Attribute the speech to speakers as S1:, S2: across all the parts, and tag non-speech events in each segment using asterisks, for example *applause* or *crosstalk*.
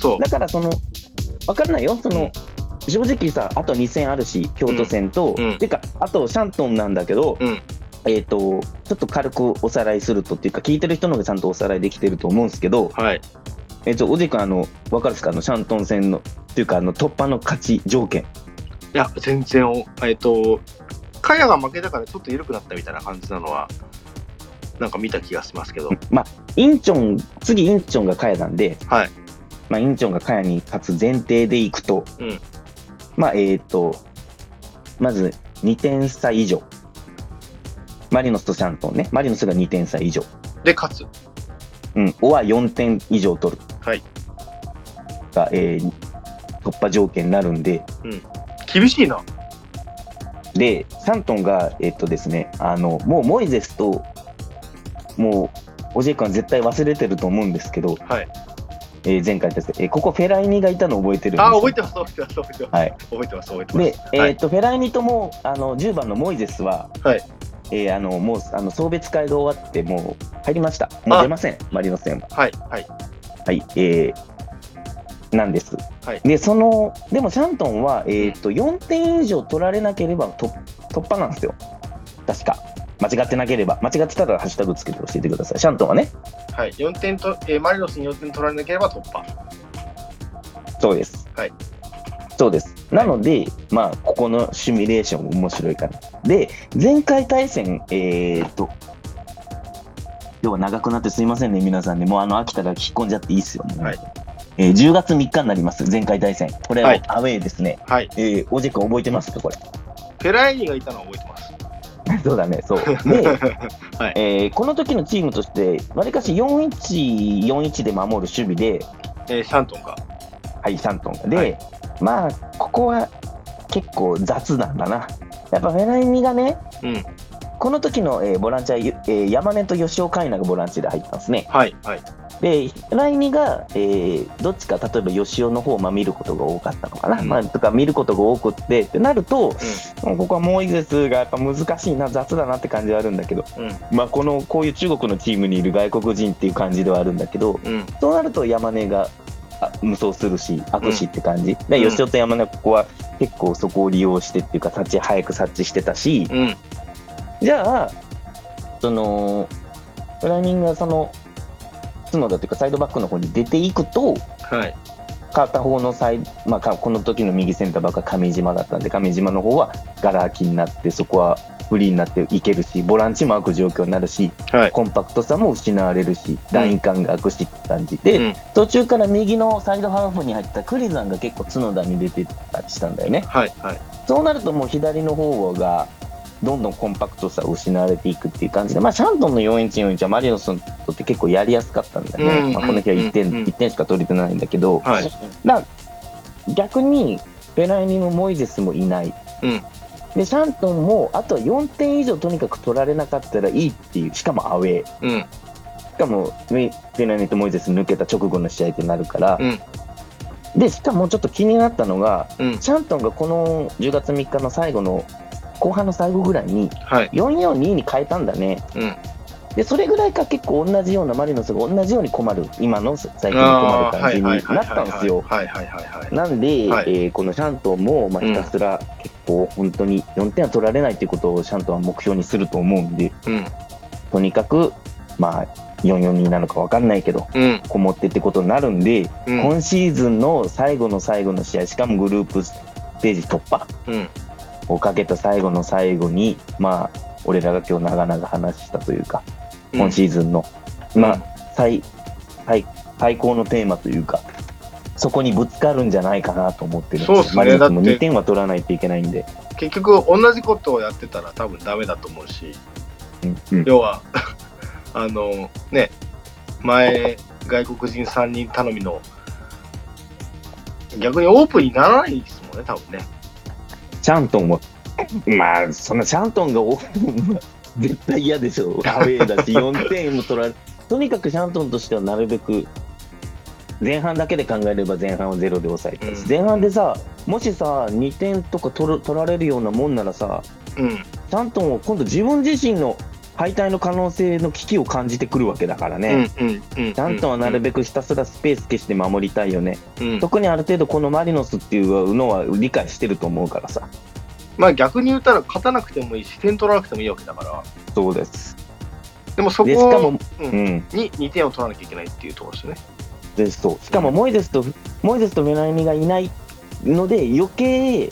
S1: そう
S2: だからその分かんないよその、
S1: うん
S2: 正直さあと2戦あるし京都戦と、
S1: うんうん
S2: てかあとシャントンなんだけど、
S1: うん
S2: えっ、とちょっと軽くおさらいするとっていうか聞いてる人の方がちゃんとおさらいできてると思うんですけど、
S1: はい
S2: えっ、とおじくんあの分かるですかあのシャントン戦のっていうかあの突破の勝ち条件
S1: いや全然おえっ、とカヤが負けたからちょっと緩くなったみたいな感じなのはなんか見た気がしますけど
S2: まあインチョン次インチョンがカヤなんで、
S1: はい
S2: まあ、インチョンがカヤに勝つ前提でいくと、
S1: うん
S2: まあえっ、とまず2点差以上マリノスとシャントンねマリノスが2点差以上
S1: で勝つ
S2: うん、おは4点以上取る、
S1: はい
S2: が、えー突破条件になるんで、
S1: 厳しいな
S2: で、シャントンが、えっとですね、あのもうモイゼスと、もう、オジェクは絶対忘れてると思うんですけど、
S1: はい
S2: えー前回です、えーここ、フェライニがいたの覚えてるんです
S1: あ覚えてます覚えてます覚えてます、
S2: はい
S1: 覚えてます覚えてます
S2: で、え
S1: はい
S2: ーっとフェライニともあの10番のモイゼスは、
S1: はい
S2: えーあのもうあの送別会が終わって、もう入りました、もう
S1: あ
S2: 出ません、マリノス戦は。
S1: はいはい
S2: はい、えーなんです。
S1: はい
S2: で、その、でもシャントンは、えっ、と、4点以上取られなければと突破なんですよ。確か。間違ってなければ。間違ってたらハッシュタグつけて教えてください。シャントンはね。
S1: はい、4点と、えーマリノスに4点取られなければ突破。
S2: そうです。
S1: はい。
S2: そうです。なので、まあ、ここのシミュレーション面白いかな。で、前回対戦、えっ、と、要は長くなってすいませんね、皆さんね。もうあの、秋田が引っ込んじゃっていいっすよ。もう
S1: はい
S2: えー10月3日になります、前回対戦。これは
S1: はい
S2: アウェーですね。
S1: はい、
S2: えー、おじくん覚えてますかこれ。 *laughs*
S1: フェライニがいたのは覚えてます。
S2: そうだね、
S1: *laughs*
S2: そう。で、
S1: はい、
S2: えーこの時のチームとして、わりかし4-1-4-1で守る守備で、
S1: *laughs* えーシャントンが。
S2: はい、シャントンが。で、
S1: はい
S2: まあ、ここは結構雑なんだな。やっぱフェライニがね、
S1: うん、
S2: この時の、えーボランチは、ゆえー山根と吉岡海奈がボランチで入ったんですね。
S1: はい、はい、
S2: で、フェライニが、えーどっちか、例えば吉尾の方をまあ見ることが多かったのかな、
S1: うん
S2: まあ、とか見ることが多くってってなると、もうここはモイゼスがやっぱ難しいな、雑だなって感じはあるんだけど、
S1: う
S2: まあ、このこういう中国のチームにいる外国人っていう感じではあるんだけ
S1: ん、
S2: ど、
S1: うん、
S2: そうなると山根があ無双するし、後しって感じ、で
S1: うん
S2: 吉尾と山根はここは結構そこを利用してっていうか、察知早く察知してたし、
S1: うん、
S2: じゃあ、そのフライニングがその角田というか、サイドバックの方に出ていくと、
S1: はい、
S2: 片方のサイド、まあ、かこの時の右センターバックは上島だったんで上島の方はガラ空きになってそこはフリーになっていけるしボランチも空く状況になるし
S1: はい。
S2: コンパクトさも失われるしライン感が空くしって感じで、
S1: うん
S2: 途中から右のサイドハーフに入ったクリザンが結構角田に出てたりしたんだよね
S1: はい、はい、
S2: そうなるともう左の方がどんどんコンパクトさを失われていくっていう感じで、まあ、シャントンの4-1-4-1はマリノスにとって結構やりやすかったんだよね、
S1: うん
S2: まあ、この日は1点,、
S1: うんうん
S2: 1点しか取れてないんだけど、
S1: はい。
S2: だ逆にフェライニもモイゼスもいない、
S1: うん
S2: でシャントンもあとは4点以上とにかく取られなかったらいいっていうしかもアウェーし
S1: うん、
S2: かもフェフェライニとモイゼス抜けた直後の試合ってなるから、
S1: うん、
S2: でしかもちょっと気になったのが
S1: うん、
S2: シャントンがこの10月3日の最後の後半の最後ぐらいに
S1: はい、
S2: 442に変えたんだね
S1: うん。
S2: でそれぐらいから結構同じようなマリノスが同じように困る今の最近
S1: あ
S2: 困
S1: あー、
S2: る
S1: は
S2: 感じ
S1: い、
S2: に
S1: は、
S2: ない
S1: はい、は
S2: ったんですよ。
S1: い、はい、はい、はい。
S2: なんで、
S1: はい
S2: えーこのシャントンも、まあ、
S1: うん
S2: ひたすら結構本当に4点は取られないということをシャントンは目標にすると思うんで、
S1: うん、
S2: とにかく、まあ、442なのか分かんないけど、
S1: うん、
S2: こもってってことになるんで、
S1: うん、
S2: 今シーズンの最後の最後の試合、しかもグループステージ突破
S1: うん、
S2: をかけた最後の最後に、まあ、俺らが今日長々話したというか、今シーズンの、まあ、最、最、最高のテーマというか、そこにぶつかるんじゃないかなと思ってるん
S1: そうっすね
S2: マリノスも
S1: だって
S2: 2点は取らないといけないんで。
S1: 結局同じことをやってたら多分ダメだと思うし、
S2: うん
S1: 要は *laughs* あのね前外国人3人頼みの逆にオープンにならないですもんね多分ね
S2: シャントンも、まあ、そのシャントンが多い絶対嫌で
S1: *laughs*
S2: しょう、アウェーだし、4点も取られとにかくシャントンとしてはなるべく、前半だけで考えれば前半はゼロで抑えたし、
S1: うん
S2: 前半でさ、もしさ、2点とか取る取られるようなもんならさ、
S1: うん
S2: シャントンを今度自分自身の敗退の可能性の危機を感じてくるわけだからね。
S1: うんうんうん。
S2: シャントンはなるべくひたすらスペース消して守りたいよね。
S1: く、うん
S2: 特にある程度このマリノスっていうのは理解してると思うからさ。
S1: まあ逆に言ったら勝たなくてもいいし、点取らなくてもいいわけだから。
S2: そうです。
S1: でもそこ
S2: で、しかも、
S1: う
S2: うんん。
S1: に2点を取らなきゃいけないっていうところですね。
S2: でそう。しかもモイデスと、モイデスとメラニがいないので、余計、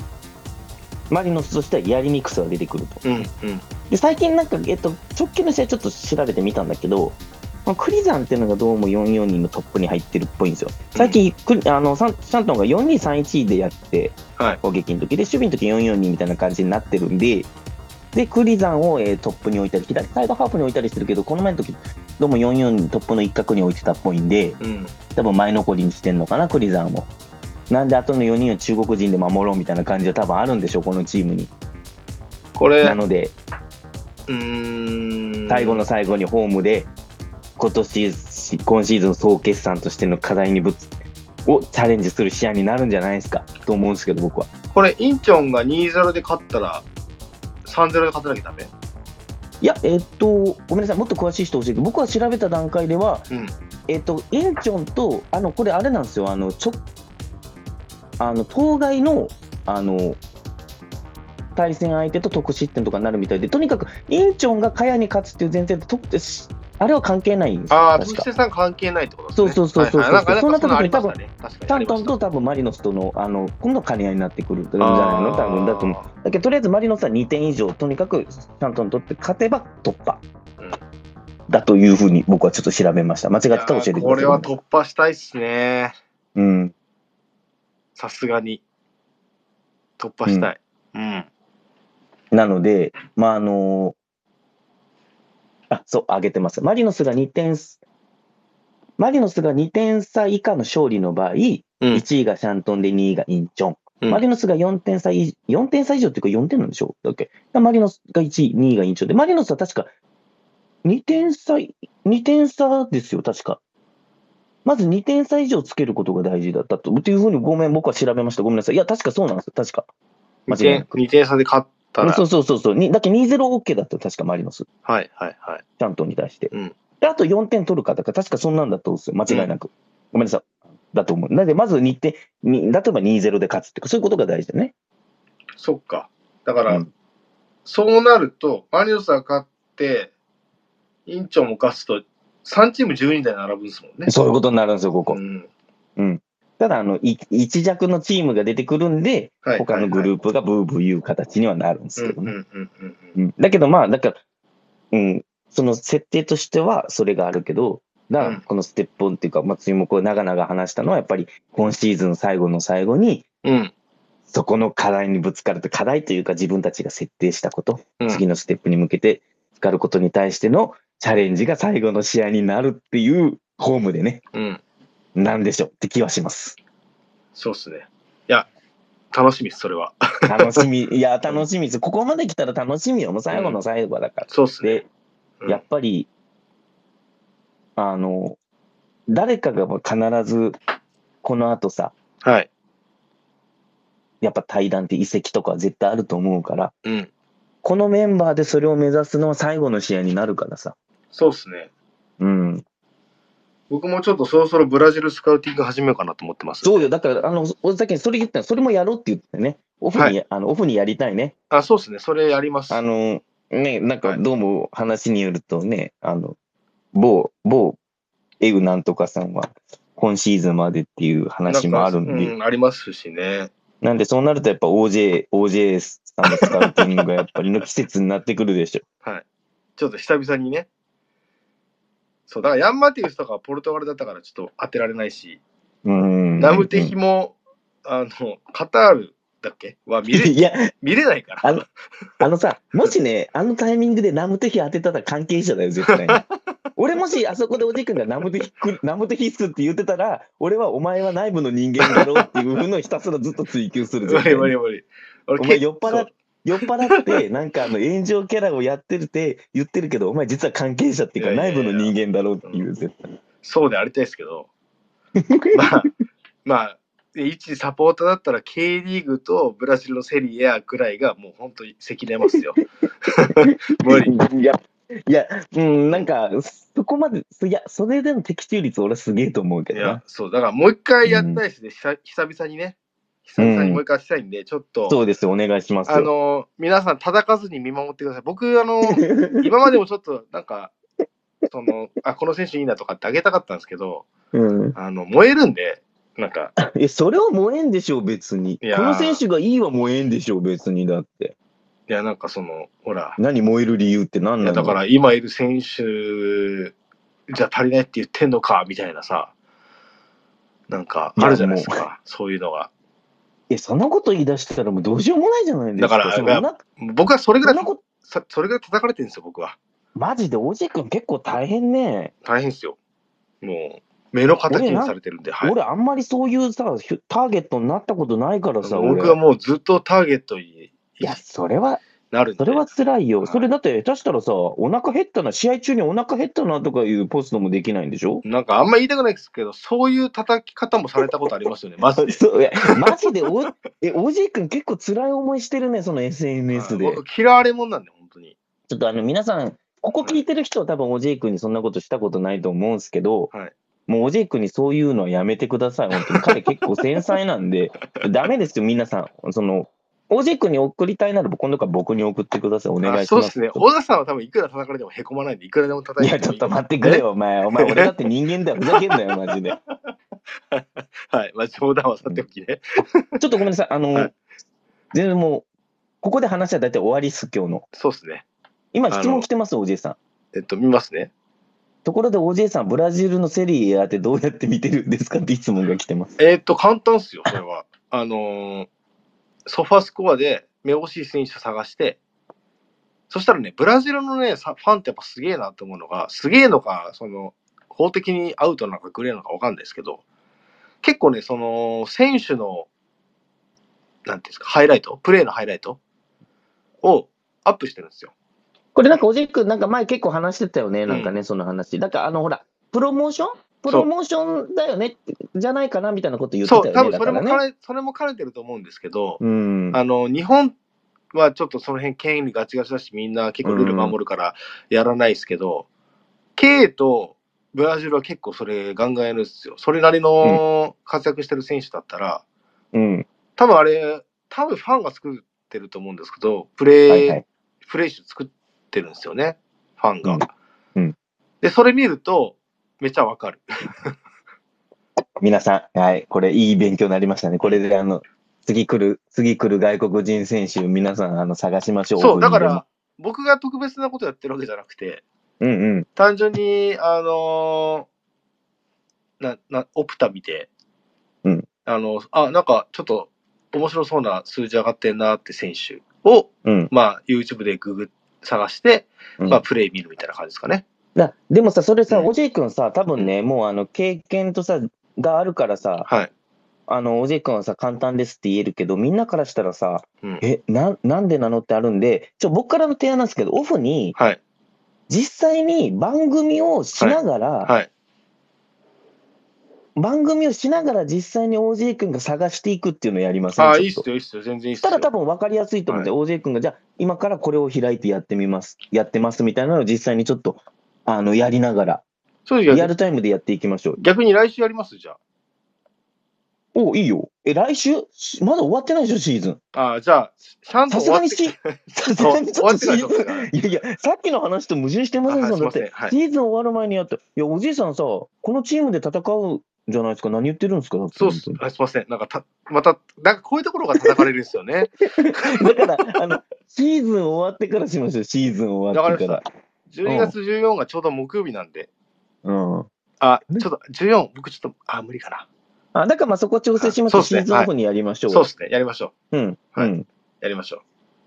S2: マリノスとしてはやりにくさが出てくると。
S1: うんうん。
S2: で、最近なんか、えっと、直近の試合ちょっと調べてみたんだけど、まあクリザンっていうのがどうも4-4人のトップに入ってるっぽいんですよ。最近、クリあの、サンシャントンが4-2-3-1でやって、
S1: はい。
S2: 攻撃の時で、守備の時4-4-2みたいな感じになってるんで、で、クリザンを、えートップに置いたり、左サイドハーフに置いたりしてるけど、この前の時、どうも4-4トップの一角に置いてたっぽいんで、
S1: うん。
S2: 多分前残りにしてんのかな、クリザンも。なんで、後の4人を中国人で守ろうみたいな感じは多分あるんでしょう、このチームに。
S1: これ、
S2: な
S1: う
S2: ので、
S1: ーん。
S2: 最後の最後にホームで、今年、し今シーズン総決算としての課題にぶつ、をチャレンジする試合になるんじゃないですか、と思うんですけど、僕は。
S1: これ、インチョンが2-0で勝ったら、3-0で勝たなきゃダメ。
S2: いや、えっと、ごめんなさい、もっと詳しい人教えて、僕は調べた段階では、
S1: うん
S2: えっと、インチョンと、あの、これ、あれなんですよ、あの、ちょ、あの、当該の、あの、対戦相手と得失点とかになるみたいで、とにかく、インチョンがカヤに勝つっていう前提で、としあれは関係ないんですよ。
S1: ああ、
S2: 確
S1: 福
S2: か
S1: 士さん関係ないってことですね。
S2: そうそうそうそう
S1: はいはいなんか
S2: そうな
S1: な
S2: っ
S1: ん
S2: た
S1: かそんなの
S2: 時に
S1: ありましたね。確かに
S2: タ
S1: あ
S2: ン
S1: りま
S2: ト
S1: し
S2: ン
S1: た。
S2: と多分マリノスとの、あの、今度は兼ね合いになってくるんじゃないの多分だと思う。
S1: あ
S2: だけど、とりあえずマリノスは2点以上、とにかくちゃんと取って勝てば突破
S1: うん
S2: だというふうに僕はちょっと調べました。間違って
S1: ー
S2: たら教えてくださ
S1: こ
S2: い。
S1: れは突破したいっすね。
S2: うん。
S1: さすがに。突破したい。うん。
S2: なので、まああのあ、そう、上げてます。マリノスが2点、マリノスが2点差以下の勝利の場合、
S1: うん
S2: 1位がシャントンで2位がインチョン。
S1: うん
S2: マリノスが4点差以上、4点差以上っていうか4点なんでしょうだっけマリノスが1位、2位がインチョンで、マリノスは確か2点差、2点差ですよ、確か。まず2点差以上つけることが大事だったと。っていうふうにごめん、僕は調べました。ごめんなさい。いや、確かそうなんですよ、確か。間
S1: 2
S2: 違いな
S1: 点
S2: く。
S1: 二点差で勝ったら。
S2: そうそうそうそう。にだって2-0 OK だった確かマリノス。
S1: はいはいはい。
S2: ちゃんとに対して。
S1: うん
S2: で、あと4点取るかだから、確かそんなんだと思うんですよ。間違いなく。ごめんなさい。だと思う。なので、まず2点、に例えば2-0で勝つってか、そういうことが大事だね。
S1: そっか。だか
S2: う
S1: ら
S2: ん、
S1: そうなると、マリノスが勝って、インチョンも勝つと、3チーム12台並ぶんですもんね。
S2: そういうことになるんですよ、ここ。
S1: うん
S2: ただ、あの、い一弱のチームが出てくるんで、
S1: はい
S2: 他のグループがブーブー言う形にはなるんです
S1: はい
S2: け
S1: はい
S2: ど
S1: うんうん
S2: ね。
S1: うんうんうん。
S2: うんだけど、まあ、だから、うん、その設定としてはそれがあるけど、だか
S1: うん
S2: らこのステップオンっていうか、まあ、注目を長々話したのは、やっぱり今シーズン最後の最後に、
S1: うん
S2: そこの課題にぶつかると、課題というか自分たちが設定したこと、
S1: うん
S2: 次のステップに向けてぶつかることに対してのチャレンジが最後の試合になるっていうホームでね、
S1: うん。
S2: なんでしょうって気はします。
S1: そうっすね。いや、楽しみです、それは。
S2: 楽し
S1: *laughs*
S2: み、いや、楽しみです。ここまで来たら楽しみよ。もう最後の最後だから。
S1: そうっすね。
S2: で、
S1: うん
S2: やっぱり、あの、誰かが必ず、この後さ、
S1: はい。
S2: やっぱ対談って移籍とかは絶対あると思うから、
S1: うん。
S2: このメンバーでそれを目指すのは最後の試合になるからさ。
S1: そうっすね。
S2: うん。
S1: 僕もちょっとそろそろブラジルスカウティング始めようかなと思ってます。
S2: そうよ。だから、あの、おさっきそれ言ったのそれもやろうって言ってたよね。オフに、
S1: は
S2: あのオフにやりたいね。
S1: あ、そうっすね。それやります。
S2: あの、ね、なん
S1: は
S2: か
S1: い
S2: どうも話によるとね、あの、某、某、エグなんとかさんは、今シーズンまでっていう話もあるんで、
S1: な
S2: なん
S1: かうん、ありますしね。
S2: んでそうなるとやっぱ OJ、OJ さんのスカウティングがやっぱりの季節になってくるでしょ。
S1: はい。ちょっと久々にね。そう、だからヤンマティウスとかはポルトガルだったからちょっと当てられないし、
S2: うん。
S1: ラムテヒも、あの、カタールだっけは見れ
S2: いや、
S1: 見れないから。
S2: あの、あのさ、もしね、あのタイミングでナムテヒ当てたら関係者だよ、絶対に。俺もし、あそこでおじい君がナムテヒく、ナムテヒっすって言ってたら、俺はお前は内部の人間だろうっていうのをひたすらずっと追求する。
S1: 無
S2: 絶対
S1: 理
S2: に
S1: 無理無理。俺
S2: お前
S1: け
S2: 酔っ払
S1: そ
S2: っ
S1: う
S2: 酔っ払って、なんかあの炎上キャラをやってるって言ってるけど、お前実は関係者っていうか
S1: いやいやい
S2: 内
S1: や
S2: 部の人間だろうっていう、絶対。
S1: そうでありたいですけど、まあ、 *laughs* まあ、一サポーターだったら K リーグとブラ
S2: *laughs*
S1: ジルのセリエぐらいがもう本当に関根ますよ。無理。
S2: いや、いや、うん、なんか、そこまで、そいや、それでの的中率、俺すげえと思うけ
S1: い
S2: どな
S1: や、そう、だからもう一回やったいしね、久久々にね、久々にもう一回したいんで、ちょっと、
S2: そうです、お願いしますよ。
S1: あの、皆さん叩かずに見守ってください。僕、あ
S2: *laughs*
S1: の、今までもちょっと、なんか、その、あ、この選手いいなとかってあげたかったんですけど、
S2: うん、
S1: あの、燃えるんで、なんか、
S2: いやそれは燃えんでしょう、別に。
S1: いやー
S2: この選手がいいは燃えんでしょう、別に。だって。
S1: いや、なんかその、ほら、
S2: 何燃える理由って何
S1: い
S2: な
S1: や
S2: ん
S1: だから今いる選手じゃ足りないって言ってんのかみたいなさ、なんかあるじゃないですか、そういうのが。
S2: いや、そんなこと言い出したらもうどうしようもないじゃないですか。
S1: だから
S2: そんなそ
S1: 僕はそれぐら
S2: ん
S1: い
S2: な、こと、
S1: そそれぐらい叩かれてるんですよ、僕は。
S2: マジで、おじくん結構大変ね。
S1: 大変ですよ。もう、目の形にされてるんで、はい。
S2: 俺、あんまりそういうさ、ひゅターゲットになったことないからさ、俺
S1: 僕はもうずっとターゲットに
S2: いや、それは、
S1: なるんで。
S2: それは辛いよ。
S1: はい
S2: それだって、下手したらさ、お腹減ったな、試合中にお腹減ったなとかいうポストもできないんで
S1: *laughs*
S2: しょ
S1: なんかあんま言いたくないですけど、そういう叩き方もされたことあります
S2: *laughs*
S1: よね、マジで。
S2: そういやマジでお、え、おじいくん結構辛い思いしてるね、その SNS で。
S1: 僕嫌われ者なんで、本当に。
S2: ちょっとあの皆さん、ここ聞いてる人は多分おじい君にそんなことしたことないと思うんですけど、
S1: はい
S2: もうおじい君にそういうのはやめてください。本当に彼結構繊細なんで、 *laughs* ダメですよ、皆さん。その、おじい君に送りたいなら今度から僕に送ってください。お願いしま
S1: あ
S2: す。
S1: そうですね。小田さんは多分いくら叩かれてもへこまないんで、いくらでも叩
S2: い
S1: いて
S2: や、
S1: も
S2: ちょっと待ってくれよ、お前。お前、俺だって人間だよ。ふざけんなよ、マジで。
S1: はい。まあ、冗談はさておきね。
S2: ちょっとごめんなさい。あの、
S1: はい
S2: 全然もう、ここで話は大体終わりっす、今日の。
S1: そうですね。
S2: 今、質問来てます、おじいさん。
S1: えっと、見ますね。
S2: ところで、おじいさん、ブラジルのセリエ A ってどうやって見てるんですかって質問が来てます。
S1: えっと、簡単っすよ、それは。あのーソファスコアで目星選手探して、そしたらね、ブラジルのね、さファンってやっぱすげえなと思うのが、すげえのか、その、法的にアウトなのかグレーなのかわかんないですけど、結構ね、その、選手の、なんていうんですか、ハイライト、プレーのハイライトをアップしてるんですよ。
S2: これなんかおじいくん、なんか前結構話してたよね、なんかね、その話。だからあの、ほら、プロモーションプロモーションだよねってじゃないかなみたいなこと言ってた
S1: そ
S2: よ
S1: う、
S2: ね。
S1: 多分それ
S2: だ
S1: も
S2: からね
S1: 兼ね、それも兼ねてると思うんですけど、
S2: うん。
S1: あの日本はちょっとその辺権威ガチガチだしみんな結構ルール守るからやらないですけど、K とブラジルは結構それガンガンやるんですよそれなりの活躍してる選手だったら、
S2: うん。
S1: 多分あれ多分ファンが作ってると思うんですけどプ
S2: はい
S1: レー、
S2: はい。
S1: プレー集作ってるんですよねファンが、
S2: うんうん
S1: でそれ見るとめちゃわかる
S2: 皆さん、はい、これいい勉強になりましたね。これであの、次来る、次来る外国人選手、皆さん、あの、探しましょう。
S1: そうだか
S2: お
S1: ら僕が特別なことやってるわけじゃなくて
S2: 国でも、うんうん。
S1: 単純に、あのーな、な、オプタ見て、
S2: うん
S1: あの、あ、なんか、ちょっと、面白そうな数字上がってんなって選手を、
S2: うん、
S1: まあ、YouTube でググ探して、
S2: うん
S1: まあ、プレイ見るみたいな感じですかね。
S2: だでもさ、それさ、
S1: うん
S2: おじいくんさ、多分ね、もうあの経験とさ、があるからさ、
S1: はい。
S2: あのおじいくんはさ、簡単ですって言えるけど、みんなからしたらさ、
S1: うん。
S2: え、ななんでなのってあるんで、ちょ僕からの提案なんですけど、オフに、
S1: はい。
S2: 実際に番組をしながら、
S1: はい。
S2: 番組をしながら実際に OJ 君が探していくっていうのをやります
S1: あいいっす
S2: よ。
S1: よ、いいっすよ。全然いいっ
S2: し
S1: すよ。
S2: たら多分分かりやすいと思うんで、OJ 君が、じゃあ、今からこれを開いてやってみます、やってますみたいなのを実際にちょっと、あの、やりながら、
S1: そうです
S2: リア
S1: よ
S2: ルタイムでやっていきましょう。
S1: 逆に来週やりますじゃ
S2: おいいよ。え、来週しまだ終わってないでしょ、シーズン。
S1: あ。あじゃあ、ちゃんと
S2: さす
S1: 終
S2: が
S1: わっ
S2: に
S1: て、
S2: し、さす
S1: そう
S2: がにち
S1: 終
S2: ょっ
S1: わ
S2: と
S1: って
S2: シ
S1: から
S2: ーズ
S1: ど
S2: ン
S1: うですかはい
S2: やいや、さっきの話と矛盾してません、
S1: あ
S2: そ
S1: はい
S2: のだっ
S1: すいま
S2: て
S1: せんはい、
S2: シーズン終わる前にやった、いや、おじいさんさ、このチームで戦うじゃないですか、何言ってるんですか、だって
S1: そうっす。あすいません。なんかた、また、なんかこういうところが叩かれるんですよね。
S2: だから、あの、シーズン終わってからしましょう、シーズン終わってから。
S1: わ12月14がちょうど木曜日なんで、
S2: うん。
S1: あ、
S2: ね
S1: ちょっと14、僕ちょっと、あ、無理かな。
S2: あ、だからまあそこ調整しまし
S1: そ
S2: ょ
S1: う
S2: う、
S1: っす
S2: シ
S1: ね
S2: ーズンオフにやりましょう。
S1: そうですね、やりましょ
S2: うん。う
S1: はい
S2: ん。
S1: う。やりましょ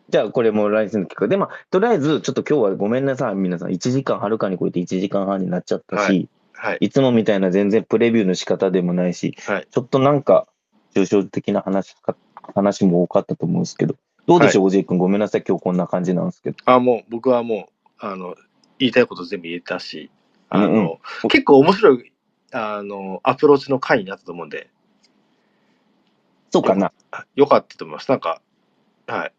S2: じゃあ、これも来年の企画で、まあ、とりあえず、ちょっと今日はごめんなさい、皆さん。1時間はるかに超えて1時間半になっちゃったし、、
S1: はいう。はい。
S2: つもみたいな全然プレビューの仕方でもないし、
S1: はい
S2: ちょっとなんか、抽象的な話か、話も多かったと思うんですけど、どうでしょう、おじい君。ごめんなさい、今日こんな感じなんですけど。
S1: あ、もう、僕はもう、あの、言いたいこと全部言えたし、あの、
S2: うんうん
S1: 結構面白い、あの、アプローチの回になったと思うんで、
S2: そうかな。
S1: あよかったと思います。なんか、はい。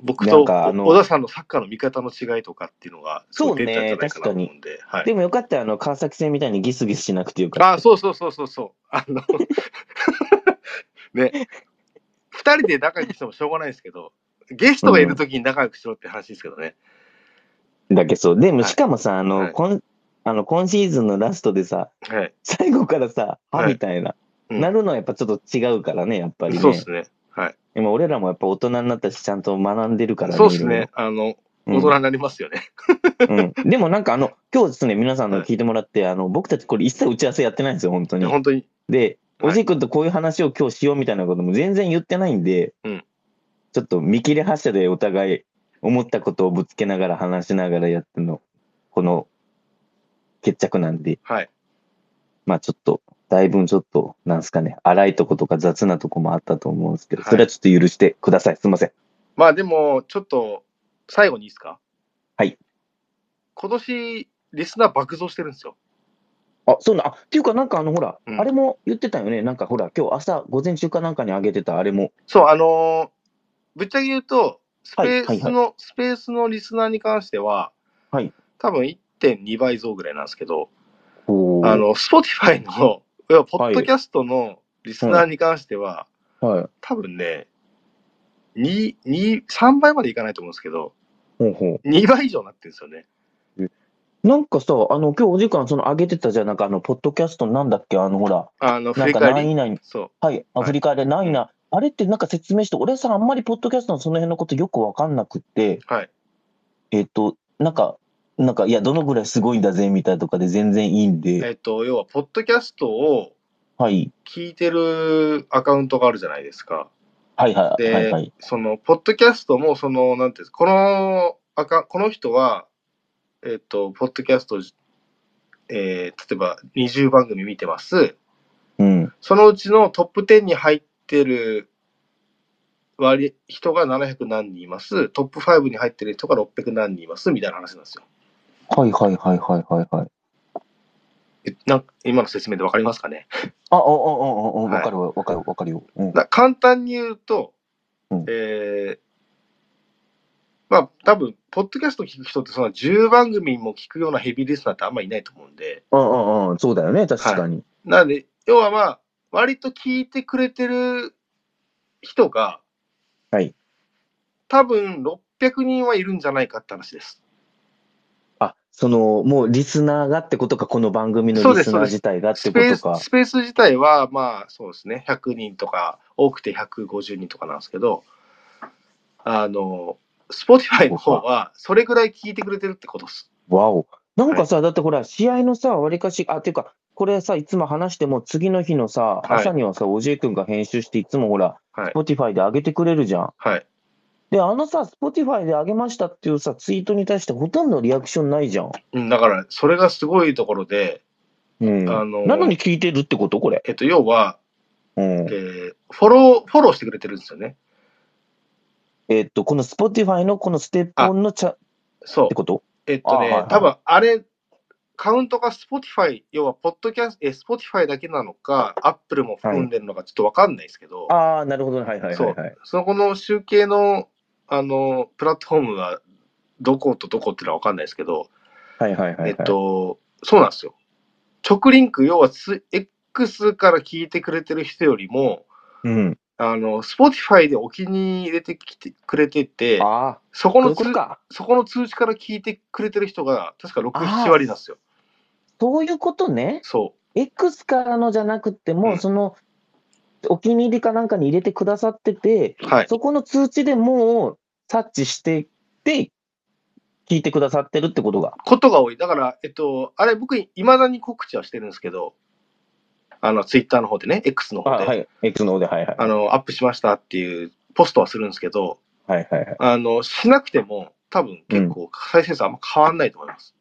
S1: 僕と
S2: なんかあの
S1: 小田さんのサッカーの見方の違いとかっていうのが、すごい
S2: そうね
S1: 出たんじゃないかなと思うんで。はい、
S2: でもよかったらあの川崎戦みたいにギスギスしなくてよかっ
S1: あそうそうそうそうそう。あ
S2: *laughs*
S1: のね、2人で仲良くしてもしょうがないですけど、ゲストがいるときに仲良くしろって話ですけどね。
S2: たんだけど、でも
S1: はい
S2: しかもさ、あの、
S1: はい
S2: 今あの今シーズンのラストでさ、
S1: はい、
S2: 最後からさ、
S1: はい
S2: はみたいな、
S1: うん
S2: なるのはやっぱちょっと違うからね、やっぱりね。
S1: そうですね。はい、
S2: 今俺らもやっぱ大人になったし、ちゃんと学んでるから
S1: そうですね。。あの、
S2: いろ
S1: 大
S2: いろ
S1: 人になりますよね。
S2: うんうんでもなんかあの、今日ですね、皆さんの
S1: はい
S2: 聞いてもらって、あの、僕たちこれ一切打ち合わせやってないんですよ、本当
S1: い
S2: に
S1: や。本当に。
S2: で、
S1: はい
S2: おじい君とこういう話を今日しようみたいなことも全然言ってないんで、
S1: うん
S2: ちょっと見切れ発車でお互い思ったことをぶつけながら話しながらやっての、この決着なんで、
S1: はい。
S2: まあちょっと、だいぶんちょっと、なんすかね、荒いとことか雑なとこもあったと思うんですけど、
S1: はい
S2: それはちょっと許してください。すいません。
S1: まあでも、ちょっと、最後にいいですか
S2: はい。
S1: 今年、リスナー爆増してるんですよ。
S2: あ、そうな、あ、っていうかなんかあの、ほら、
S1: うん
S2: あれも言ってたよね。なんかほら、今日朝、午前中かなんかにあげてたあれも。
S1: そう、あのーぶっちゃけ言うと、スペースの、
S2: はいはい
S1: スペースのリスナーに関しては、
S2: はい
S1: 多分1.2倍増ぐらいなんですけど、
S2: おー
S1: あ、の、Spotify の、 *laughs* いやポッドキャストのリスナーに関しては、
S2: はい。
S1: 多分ね、2、2、3倍までいかないと思うんですけど、
S2: ほうほう。
S1: 2倍以上になってるんですよね。
S2: なんかさ、あの、今日お時間、その、あげてたじゃん、なんか、あの、ポッドキャストなんだっけ、あの、ほら、
S1: あの、振
S2: なん
S1: り
S2: か、
S1: 返り。
S2: 何々、
S1: そう。
S2: はい、ア
S1: はい
S2: フリカで何々、あれってなんか説明して、俺さ、あんまりポッドキャストのその辺のことよくわかんなくって、
S1: はい。
S2: えっと、なんか、なんか、いや、どのぐらいすごいんだぜ、みたいなとかで全然いいん
S1: え
S2: で、
S1: っと、要は、ポッドキャストを
S2: はい、
S1: 聞いてるアカウントがあるじゃないですか。
S2: はいはい、
S1: で、
S2: はいはい、
S1: その、ポッドキャストも、その、なんていうんですか、このアカ、この人は、えっと、ポッドキャスト、えー例えば20番組見てます。
S2: うん、
S1: そのうちのトップ10に入ってる割、人が700何人います。トップ5に入ってる人が600何人います。みたいな話なんですよ。
S2: はいはいはいはいはいはい。
S1: えなんか今の説明でわかりますかね
S2: あ、あ、あ、あ、あ、
S1: はい
S2: わかるわ、わかる、わかるよ。うん、
S1: だ簡単に言うと、
S2: うん
S1: えーまあ多分、ポッドキャスト聞く人ってそんな10番組も聞くようなヘビーリスナーってあんまりいないと思うんで、
S2: うん、うん、うん、そうだよね、確かに。
S1: なんで、要はまあ、割と聞いてくれてる人が、
S2: はい
S1: 多分600人はいるんじゃないかって話です。
S2: あ、その、もうリスナーがってことか、この番組の
S1: そうで
S2: リ
S1: す
S2: スナー自体がっ
S1: ス
S2: てこ
S1: ペー
S2: と
S1: ス
S2: か。
S1: スペース自体は、まあそうですね、100人とか、多くて150人とかなんですけど、あの、Spotify の方は、それぐらい聞いてくれてるってことです。
S2: わお。なんかさ、だってほら、試合のさ、わりかし、あ、っていうか、これさ、いつも話しても、次の日のさ、
S1: い
S2: 朝にはさ、おじいくんが編集して、いつもほら、
S1: はい
S2: Spotify で上げてくれるじゃん。
S1: はい。
S2: で、あのさ、Spotify で上げましたっていうさ、ツイートに対してほとんどリアクションないじゃん。
S1: うん、だから、それがすごいところで、
S2: うん。
S1: あの
S2: なのに聞いてるってことこれ。
S1: えっと、要は、
S2: うん
S1: え。ーフォロー、フォローしてくれてるんですよね。
S2: えっと、この Spotify のこのステップオンのチャっ
S1: そう
S2: て。こと
S1: えっと
S2: あはいは
S1: ね
S2: い、
S1: 多分あれ、カウントが Spotify、要は、ポッドキャスト、え Spotify だけなのか、Apple も含んでるのか、ちょっとわかんないですけど、
S2: ああ、なるほどね。はいはいはい、はい。
S1: そこの集計の、あの、プラットフォームが、どことどこっていうのはわかんないですけど、
S2: はいはいはい、はい。
S1: えっ、と、そうなんですよ。直リンク、要はつ X から聞いてくれてる人よりも、
S2: うん。
S1: あの、Spotify でお気に入れてきてくれてて、
S2: ああ、
S1: そこ
S2: こうい
S1: の
S2: うこ
S1: 通
S2: とか。
S1: そこの通知から聞いてくれてる人が、確か6、7割なんですよ。
S2: そういうことね。
S1: そ
S2: X からのじゃなくても、
S1: うん
S2: そのお気に入りかなんかに入れてくださってて、
S1: う。はい。
S2: そこの通知でもう察知してて、聞いてくださってるってことが。
S1: ことが多い。だから、えっと、あれ、僕、いまだに告知はしてるんですけど、あの、Twitter の方でね、X の方で、
S2: い。X の方で、はいはい。
S1: あの、アップしましたっていうポストはするんですけど、
S2: はいはいはい。
S1: あの、しなくても、多分結構、再生数あんま変わんないと思います。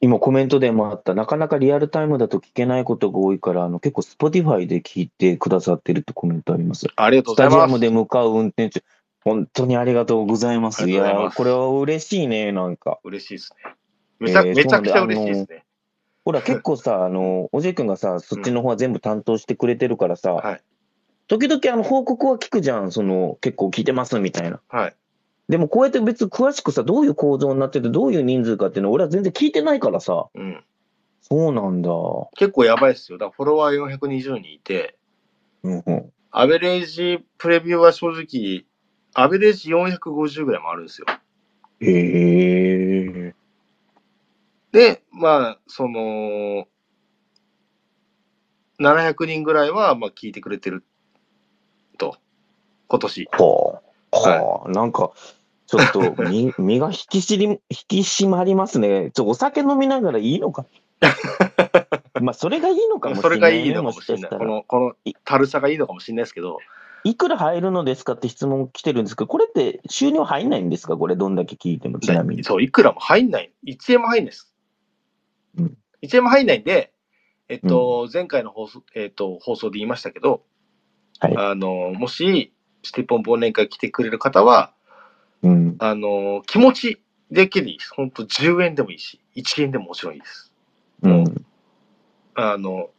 S2: 今コメントでもあった、なかなかリアルタイムだと聞けないことが多いから、あの結構 Spotify で聞いてくださってるってコメントあります。
S1: ありがとう
S2: ス
S1: ござ
S2: タ
S1: い
S2: ジ
S1: ま
S2: ア
S1: す。
S2: ムで向かう運転中、本当にありがとうございます。
S1: あり
S2: い
S1: がとうござい
S2: や
S1: ま
S2: ー、
S1: す
S2: これは嬉しいね、なんか。
S1: 嬉しいですね。めちゃ,、
S2: えー
S1: めちゃくちゃ嬉しいですね。 *laughs*
S2: ほら、結構さ、あの、おじいくんがさ、そっちの方は全部担当してくれてるからさ、
S1: はい
S2: 時々あの報告は聞くじゃん、その結構聞いてますみたいな。
S1: はい。
S2: でもこうやって別に詳しくさ、どういう構造になってて、どういう人数かっていうの俺は全然聞いてないからさ。
S1: うん。
S2: そうなんだ。
S1: 結構やばいですよ。だからフォロワー420人いて、
S2: うんうん、
S1: アベレージプレビューは正直、アベレージ450ぐらいもあるんですよ。
S2: へえ。
S1: で、まあ、その、700人ぐらいは、まあ、聞いてくれてると。今年。
S2: はあ。はあ。なんか、ちょっと身 *laughs* 身が引きしり、引き締まりますね。ちょ、お酒飲みながらい
S1: *laughs*
S2: いのか。まあ、それがいいのかもし
S1: そ
S2: れな
S1: れ
S2: い、ね。
S1: がいいのかもしれない。
S2: した
S1: こ
S2: ら
S1: の、この、たるさがいいのかもしれないですけど、
S2: いくら入るのですかって質問来てるんですけど、これって収入入んないんですかこれ、どんだけ聞いても、ちなみに。
S1: そう、いくらも入んない。1円も入んないです。
S2: うん
S1: 1円も入んないんで、えっと、前回の放送、えっと、放送で言いましたけど、
S2: はい
S1: あの、もし、シティポン忘年会来てくれる方は、
S2: うん。
S1: あの、気持ちだけでいいです。ほんと10円でもいいし、1円でももちろんいいです。
S2: うん。
S1: あの、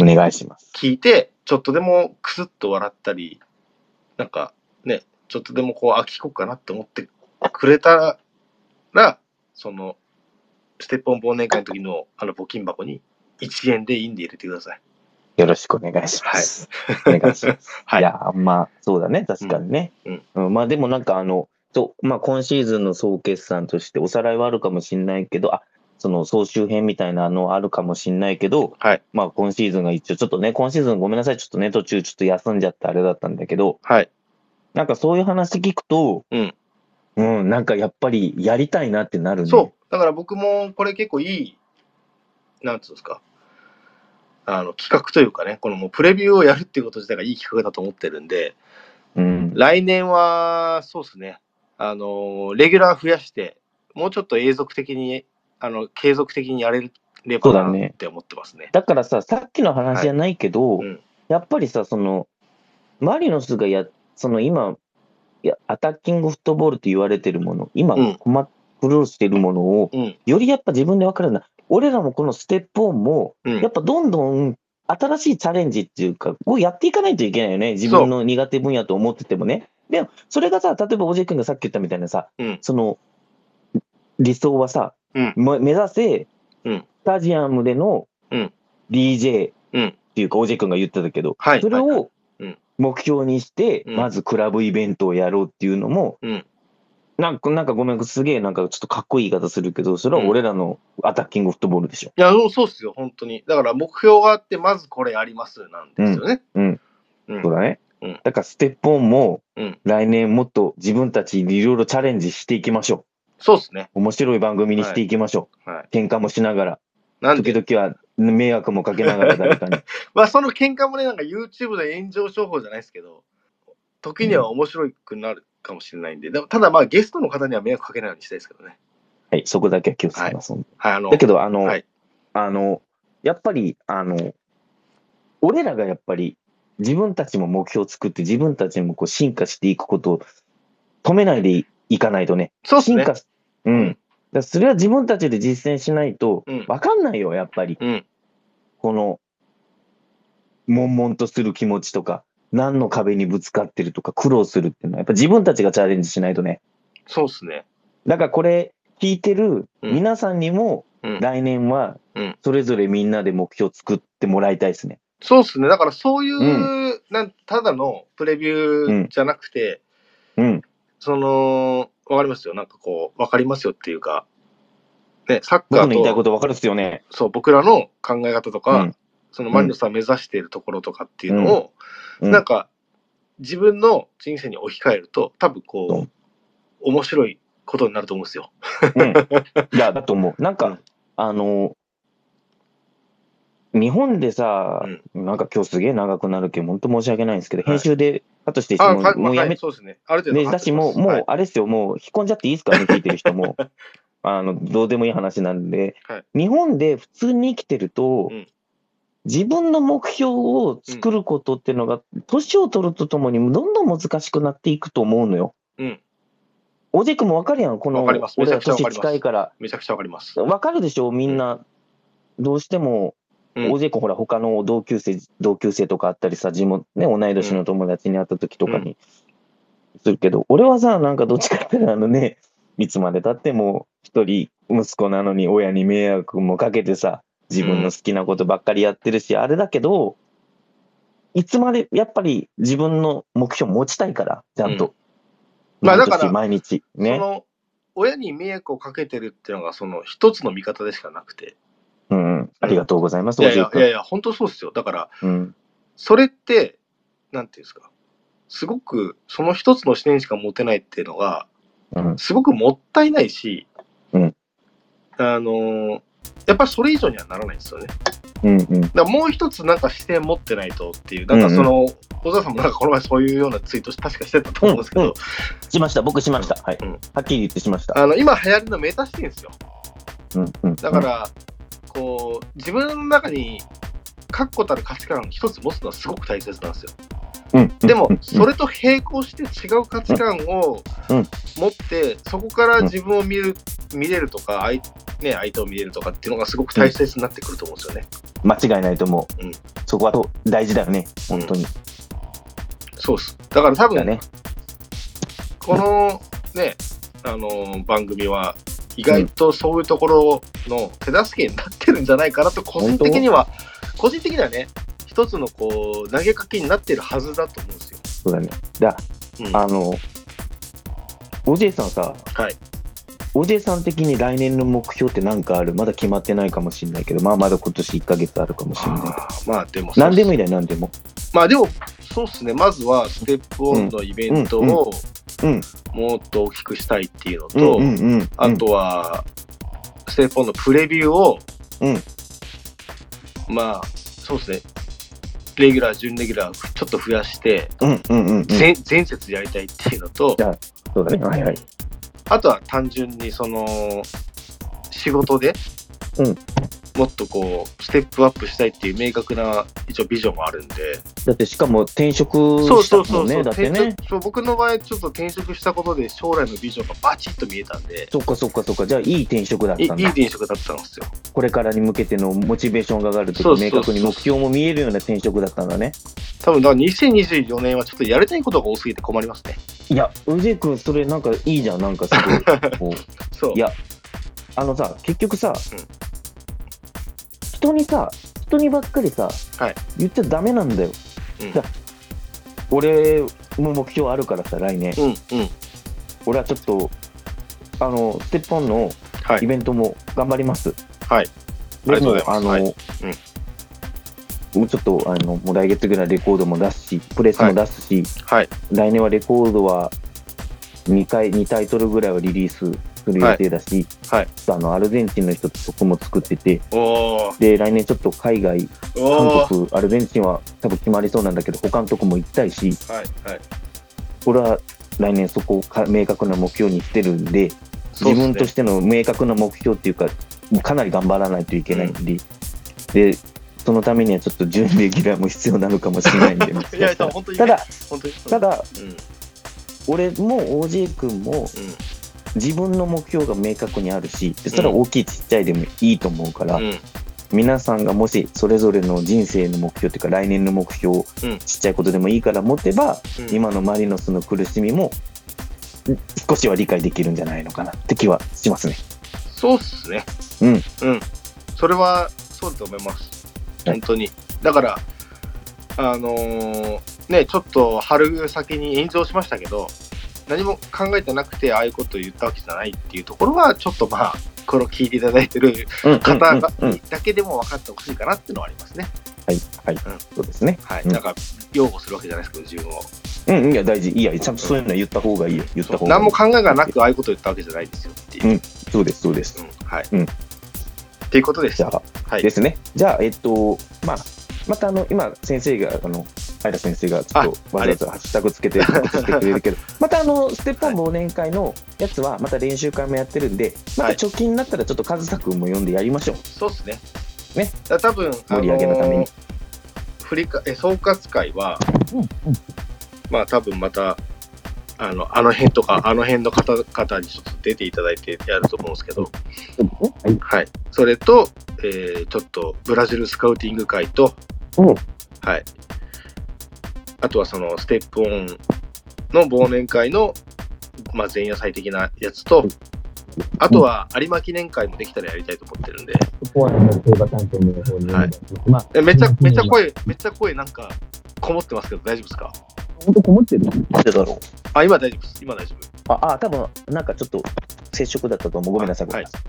S2: お願いします。
S1: 聞いて、ちょっとでもクスッと笑ったり、なんかね、ちょっとでもこう、あ、聞こうかなって思ってくれたら、その、ステップオン忘年会の時のあの募金箱に1円でいいんで入れてください。
S2: よろしくお願いします。お願いします。
S1: *laughs* はい
S2: い、や、まあ、そうだね。確かにね。
S1: うん
S2: うんまあ、でもなんか、あの、そうまあ、今シーズンの総決算として、おさらいはあるかもしれないけど、あその総集編みたいなのはあるかもしれないけど、
S1: はい、
S2: まあ、今シーズンが一応、ちょっとね、今シーズンごめんなさい。ちょっとね、途中、ちょっと休んじゃってあれだったんだけど、
S1: はい。
S2: なんかそういう話聞くと、
S1: うん。
S2: うん、なんかやっぱりやりたいなってなるね。
S1: そう。だから僕もこれ結構いい、なんつうんですか。あの、企画というかね、このもうプレビューをやるっていうこと自体がいい企画だと思ってるんで、
S2: う。うん。
S1: 来年は、そうですね、あの、レギュラー増やして、もうちょっと永続的に、あの、継続的にやれれば
S2: そうだ
S1: な
S2: ね
S1: って思ってますね。
S2: だからさ、さっきの話じゃないけど、
S1: はいうん
S2: やっぱりさ、その、マリノスがや、その今、いやアタッキングフットボールと言われてるもの、今
S1: うん、
S2: 困苦労してるものを、
S1: うん。
S2: よりやっぱ自分で分かるな。俺らもこのステップオンも、
S1: うん
S2: やっぱどんどん新しいチャレンジっていうか、こうやっていかないといけないよね。自分の苦手分野と思っててもね。でも、それがさ、例えばおじい君がさっき言ったみたいなさ、
S1: うん
S2: その、理想はさ、
S1: うん
S2: ま目指せ、
S1: うん
S2: スタジアムでの
S1: うん
S2: DJ っ
S1: うん。
S2: ていうか、おじい君が言ってたけど、
S1: はい
S2: それ
S1: はいはい
S2: を
S1: うん
S2: 目標にして、
S1: うん
S2: まずクラブイベントをやろうっていうのも、
S1: うん。
S2: なんか、なんかごめん、すげえなんかちょっとかっこいい言い方するけど、それは俺らのアタッキングフットボールでしょ。
S1: いや、そうそうっすよ、本当に。だから目標があって、まずこれやります、なんですよね。
S2: うん。
S1: うん。
S2: そうだね。
S1: うん
S2: だから、ステップオンも
S1: うん、
S2: 来年もっと自分たちでいろいろチャレンジしていきましょ
S1: そうっすね。
S2: う。面白い番組にしていきましょう。
S1: はい。
S2: 喧嘩もしながら、
S1: なんで、
S2: 時々は迷惑もかけながら
S1: *laughs*
S2: 誰かに。
S1: まあ、その喧嘩もね、なんか YouTube で炎上商法じゃないですけど、時には面白くなるかもしれないんで、でもただまあ、ゲストの方には迷惑かけないようにしたいですけどね。
S2: はい、そこだけは気をつけます。
S1: はい、あの、
S2: だけど、あの、
S1: はい
S2: あの、やっぱり、あの、俺らがやっぱり自分たちも目標を作って自分たちもこう進化していくことを止めないでいいかないとね、
S1: そうっす
S2: 進
S1: ね
S2: 化。し、うん。だからそれは自分たちで実践しないと
S1: うん、
S2: わかんないよ、やっぱり。
S1: うん。
S2: この、悶々とする気持ちとか、何の壁にぶつかってるとか、苦労するっていうのは、やっぱ自分たちがチャレンジしないとね。
S1: そうっすね。
S2: だからこれ、聞いてる
S1: うん
S2: 皆さんにも、
S1: うん。
S2: 来年は
S1: うん、
S2: それぞれみんなで目標作ってもらいたいですね。
S1: そうっすね。だからそういう、
S2: う
S1: なんただのプレビューじゃなくて、
S2: うん。
S1: その、わかりますよ。なんかこう、わかりますよっていうか、ね、サッカ
S2: 僕の言いた
S1: ー
S2: い
S1: と、
S2: こと分かるっすよね。
S1: そう、僕らの考え方と
S2: う
S1: か、
S2: ん
S1: そのマリノスさん目指しているところとかっていうのを、
S2: うん
S1: なんか、自分の人生に置き換えると、多分こう、
S2: うん
S1: 面白いことになると思うんですよ。
S2: うん。いや、だと思う。なんか、
S1: うん
S2: あの、日本でさ
S1: う、
S2: なんか今日すげえ長くなるけど、本当申し訳ないんですけど、
S1: はい
S2: 編集で、あとして
S1: あ、
S2: も
S1: か
S2: うもうや
S1: は
S2: め
S1: い、そうですね。ある程
S2: ね、
S1: 度カ
S2: だ
S1: ット
S2: し、
S1: しま
S2: も
S1: す。
S2: う、も
S1: は
S2: う
S1: い、
S2: あれですよ、もう、引っ込んじゃっていいですか
S1: *laughs*
S2: ね、聞いてる人も。あの、どうでもいい話なんで、
S1: はい
S2: 日本で普通に生きてると、
S1: うん
S2: 自分の目標を作ることっていうのが、年を取るとともに、どんどん難しくなっていくと思うのよ。
S1: うん。
S2: おじくもわかるやん、この、
S1: わかりますめ
S2: 俺
S1: ちゃ
S2: ら
S1: くちゃわかり
S2: 年
S1: ます
S2: 近いから。
S1: めちゃくちゃわかります。
S2: わかるでしょみんな、どうしても
S1: うん
S2: オジェコほら、他の同級生、同級生とかあったりさ、地元、ね、同い年の友達に会った時とかにするけど、俺はさ、なんかどっちかっていうとあのね、いつまで経っても一人息子なのに親に迷惑もかけてさ、自分の好きなことばっかりやってるし、あれだけど、いつまでやっぱり自分の目標持ちたいから、ちゃん
S1: う
S2: と。
S1: んまあだから
S2: 毎日、毎
S1: そ
S2: 日ね。
S1: の親に迷惑をかけてるっていうのがその一つの見方でしかなくて
S2: うんうん。ありがとうございます、
S1: い
S2: お
S1: やい
S2: じい
S1: やい
S2: 君
S1: やいや本当そうですよだから
S2: うん。
S1: それってなんていうんですかすごくその一つの視点しか持てないっていうのが
S2: うん。
S1: すごくもったいないし、
S2: うん
S1: あのーやっぱりそれ以上にはならないんですよね。
S2: うん。うん。
S1: だからもう一つなんか視点持ってないとっていう、なんかその、小沢さんもなんかこの前そういうようなツイート確かしてたと思うんですけど、
S2: うんうんしました。僕しました。はい。
S1: うん
S2: はっきり言ってしました。
S1: あの今流行りのメタ視点ですよ。
S2: うん。うん。
S1: だから、こう、自分の中に確固たる価値観を一つ持つのはすごく大切なんですよ。
S2: うん、うん。
S1: でも
S2: うん、
S1: それと並行して違う価値観を
S2: うん
S1: 持って、そこから自分を見る、見れるとか、相ね、相手を見れるとかっていうのがすごく大切になってくると思うんですよね。
S2: 間違いないと思う。
S1: うん
S2: そこはと大事だよね。本当に。
S1: そうです。だから多
S2: だ
S1: 分、
S2: ね。
S1: このね、あのー番組は、意外とそういうところの手助けになってるんじゃないかなと、個人的には、個人的にはね、一つのこう、投げかけになってるはずだと思うんですよ。
S2: そうだね。だ
S1: うん
S2: あの、おじいさんさ、
S1: はい。
S2: おじいさん的に来年の目標って何かあるまだ決まってないかもしれないけど、まあまだ今年1ヶ月あるかもしれない。
S1: あーまあでもそうっす、
S2: 何でもいいんだよ、何でも。
S1: まあでも、そうですね、まずはステップオンのイベントを
S2: うん。
S1: もっと大きくしたいっていうの
S2: うん
S1: と、
S2: うんうん。
S1: あとは、ステップオンのプレビューを、
S2: うん
S1: まあ、そうですね、レギュラー、準レギュラー、ちょっと増やして、
S2: うんうんうんうん。
S1: 全前節やりたいっていうのと、
S2: そうだね。はいはい。
S1: あとは単純にその、仕事で、
S2: うん
S1: もっとこう、ステップアップしたいっていう明確な一応ビジョンもあるんで、
S2: だってしかも転職
S1: そう
S2: し
S1: そう
S2: た
S1: そ
S2: も
S1: うんそう
S2: ね。だってね。
S1: 転職そう僕の場合ちょっと転職したことで将来のビジョンがバチッと見えたんで
S2: そっかそっかそっか。じゃあいい転職だっ
S1: いいい
S2: たんだ。
S1: 転職だったんですよ
S2: これからに向けてのモチベーションが上がる
S1: そ
S2: と
S1: う
S2: き、
S1: そう
S2: 明確に目標も見えるような転職だったんだね。
S1: 多分だから2024年はちょっとやりたいことが多すぎて困りますね
S2: いや、宇治君、それなんかいいじゃん、なんかすごい。 *laughs* こう
S1: そう
S2: いやあのさ、結局さ、
S1: うん
S2: 人にさ、人にばっかりさ、
S1: はい
S2: 言っちゃダメなんだよ。
S1: うん
S2: だ俺も目標あるからさ、来年。
S1: うんうん
S2: 俺はちょっと、あの、ステップオンの
S1: は
S2: イ
S1: い
S2: ベントも頑張ります。
S1: はい。ありが
S2: で
S1: とう
S2: も
S1: ござい、ます
S2: あの、
S1: はいう
S2: もうちょっと、あの、もう来月ぐらいレコードも出すし、プレスも出すし、
S1: はい
S2: 来年はレコードは2回、2タイトルぐらいはリリースする予定だし、
S1: はいはい
S2: あの、アルゼンチンの人と曲も作ってて、
S1: おお
S2: で、来年ちょっと海外、
S1: お
S2: 韓
S1: ー
S2: 国、アルゼンチンは多分決まりそうなんだけど、他のとこも行きたいし、
S1: はいはい
S2: 俺は来年そこをか明確な目標にしてるんで、
S1: そう
S2: 自
S1: っすね
S2: 分としての明確な目標っていうか、かなり頑張らないといけないんで、で、そのためにはちょっと準レギュラーも必要なのかもしれないんで、
S1: いやでも本当に
S2: ただ、
S1: 本当に
S2: ただ、
S1: うんうん
S2: 俺も OJ 君も自分の目標が明確にあるし、でそれは大きいちっちゃいでもいいと思うから、
S1: うん
S2: 皆さんがもしそれぞれの人生の目標っていうか、来年の目標を
S1: うん
S2: ちっちゃいことでもいいから持てば、
S1: うん
S2: 今のマリノスの苦しみもん少しは理解できるんじゃないのかなって気はしますね。
S1: そうっすね。
S2: う
S1: うん。それは、そうだと思います。
S2: はい
S1: 本当に。だから、あのーね、ちょっと春先に炎上しましたけど、何も考えてなくて、ああいうことを言ったわけじゃないっていうところは、ちょっとまあ、これを聞いていただいてる
S2: うん
S1: 方が、
S2: うんうんうん
S1: だけでも分かってほしいかなっていうのはありますね。
S2: はいはい、そうですね。
S1: はい。
S2: うん
S1: なんか、擁護するわけじゃないですけど、自分を。
S2: うんいや大事いやちゃんとそういうのは言った方がいいよ言った方がいい。
S1: 何も考えがなく、ああいうことを言ったわけじゃないですよっていう。
S2: そうですそうです
S1: う。ん。はい。
S2: うん
S1: っていうことでし
S2: じゃ
S1: た。
S2: あ
S1: はい
S2: で。すね。じゃあえっとまあまたあの今先生があの平先生がちょっと
S1: あ
S2: わざわざハッシュタグ
S1: *laughs*
S2: つけて告知してくれるけど、またあのステップオン忘年会のやつはまた練習会もやってるんで、また貯金になったらちょっと和作君も呼んでやりましょう。
S1: そうっすね。
S2: ね。
S1: だから多分、
S2: 盛り上げのために
S1: あのー振りかえ総括会は、
S2: うん
S1: まあ多分また、あの、あの辺とか、あの辺の方々にちょっと出ていただいてやると思うんですけど、
S2: はい。
S1: はい。それと、えーちょっとブラジルスカウティング会と、
S2: うん
S1: はい。あとはそのステップオンの忘年会の、まあ、前夜祭的なやつと、あとは有馬記念会もできたらやりたいと思ってるんで、
S2: そこは、ね、競馬担当の方に、
S1: はい
S2: まあ、
S1: えめっちゃ、めっちゃ声、めっちゃ声なんかこもってますけど大丈夫ですか
S2: 本当こもってるなんでだろう
S1: あ、今大丈夫です。今大丈夫。
S2: ああ、多分なんかちょっと接触だったと思う。ごめんなさい、ご
S1: は
S2: めん
S1: い
S2: なさい。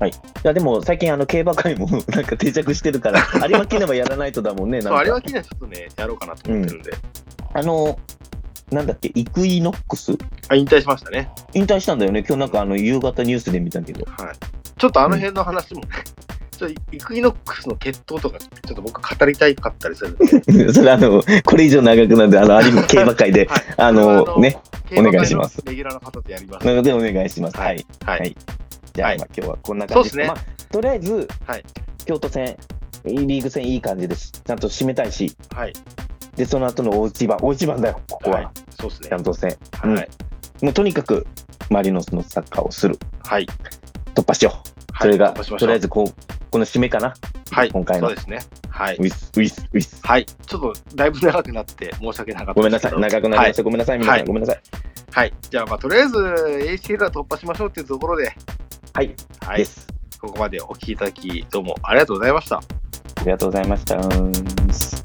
S2: はい、いやでも最近あの競馬会も *laughs* なんか定着してるから、有馬記念はやらないとだもんね、なん
S1: そう、
S2: か
S1: 有馬記念ちょっとね、やろうかなと思ってるんで。
S2: あの、なんだっけ、イクイノックス
S1: あ、引退しましたね。
S2: 引退したんだよね、今日なんかあの夕方ニュースで見たけど、 *laughs*
S1: はい。ちょっとあの辺の話もね、ちょっとイクイノックスの決闘とか、ちょっと僕語りたいかったりするんで、、
S2: それあの、これ以上長くなるんで、あの有馬競馬会で
S1: はい。
S2: *laughs* あのね、
S1: 競馬会の
S2: お願いします
S1: レギュラーの方とやります。
S2: なのでお願いします。
S1: は
S2: はいい。
S1: はい
S2: じゃあ、
S1: はい
S2: まあ今日はこんな感じ
S1: そうですね
S2: まあ、とりあえず、
S1: はい
S2: 京都戦、リーグ戦いい感じです。ちゃんと締めたいし、
S1: はい。
S2: で、その後の大一番、大一番だよ、ここは。
S1: い。そうです
S2: ちゃ
S1: ね
S2: ん。と戦。
S1: はい。はい。
S2: もうとにかく、マリノスのサッカーをする。
S1: はい。
S2: 突破しよう。それが、
S1: 突破しましょう
S2: とりあえずこう、この締めかな。
S1: はい。
S2: 今回の
S1: そうですね。はい
S2: ウ。ィス、ウィス、ウィス。
S1: はい。ちょっと、だいぶ長くなって、申し訳なかった
S2: ごめん
S1: で
S2: な
S1: すけ
S2: さ
S1: ど
S2: い。長くなりました。ごめんなさい、皆さん。
S1: はい
S2: ごめんなさい。
S1: はい。じゃあ、まあ、とりあえず、ACL は突破しましょうっていうところで、
S2: はい。
S1: は
S2: で
S1: い。
S2: す。
S1: ここまでお聞きいただき、どうもありがとうございました。
S2: ありがとうございました。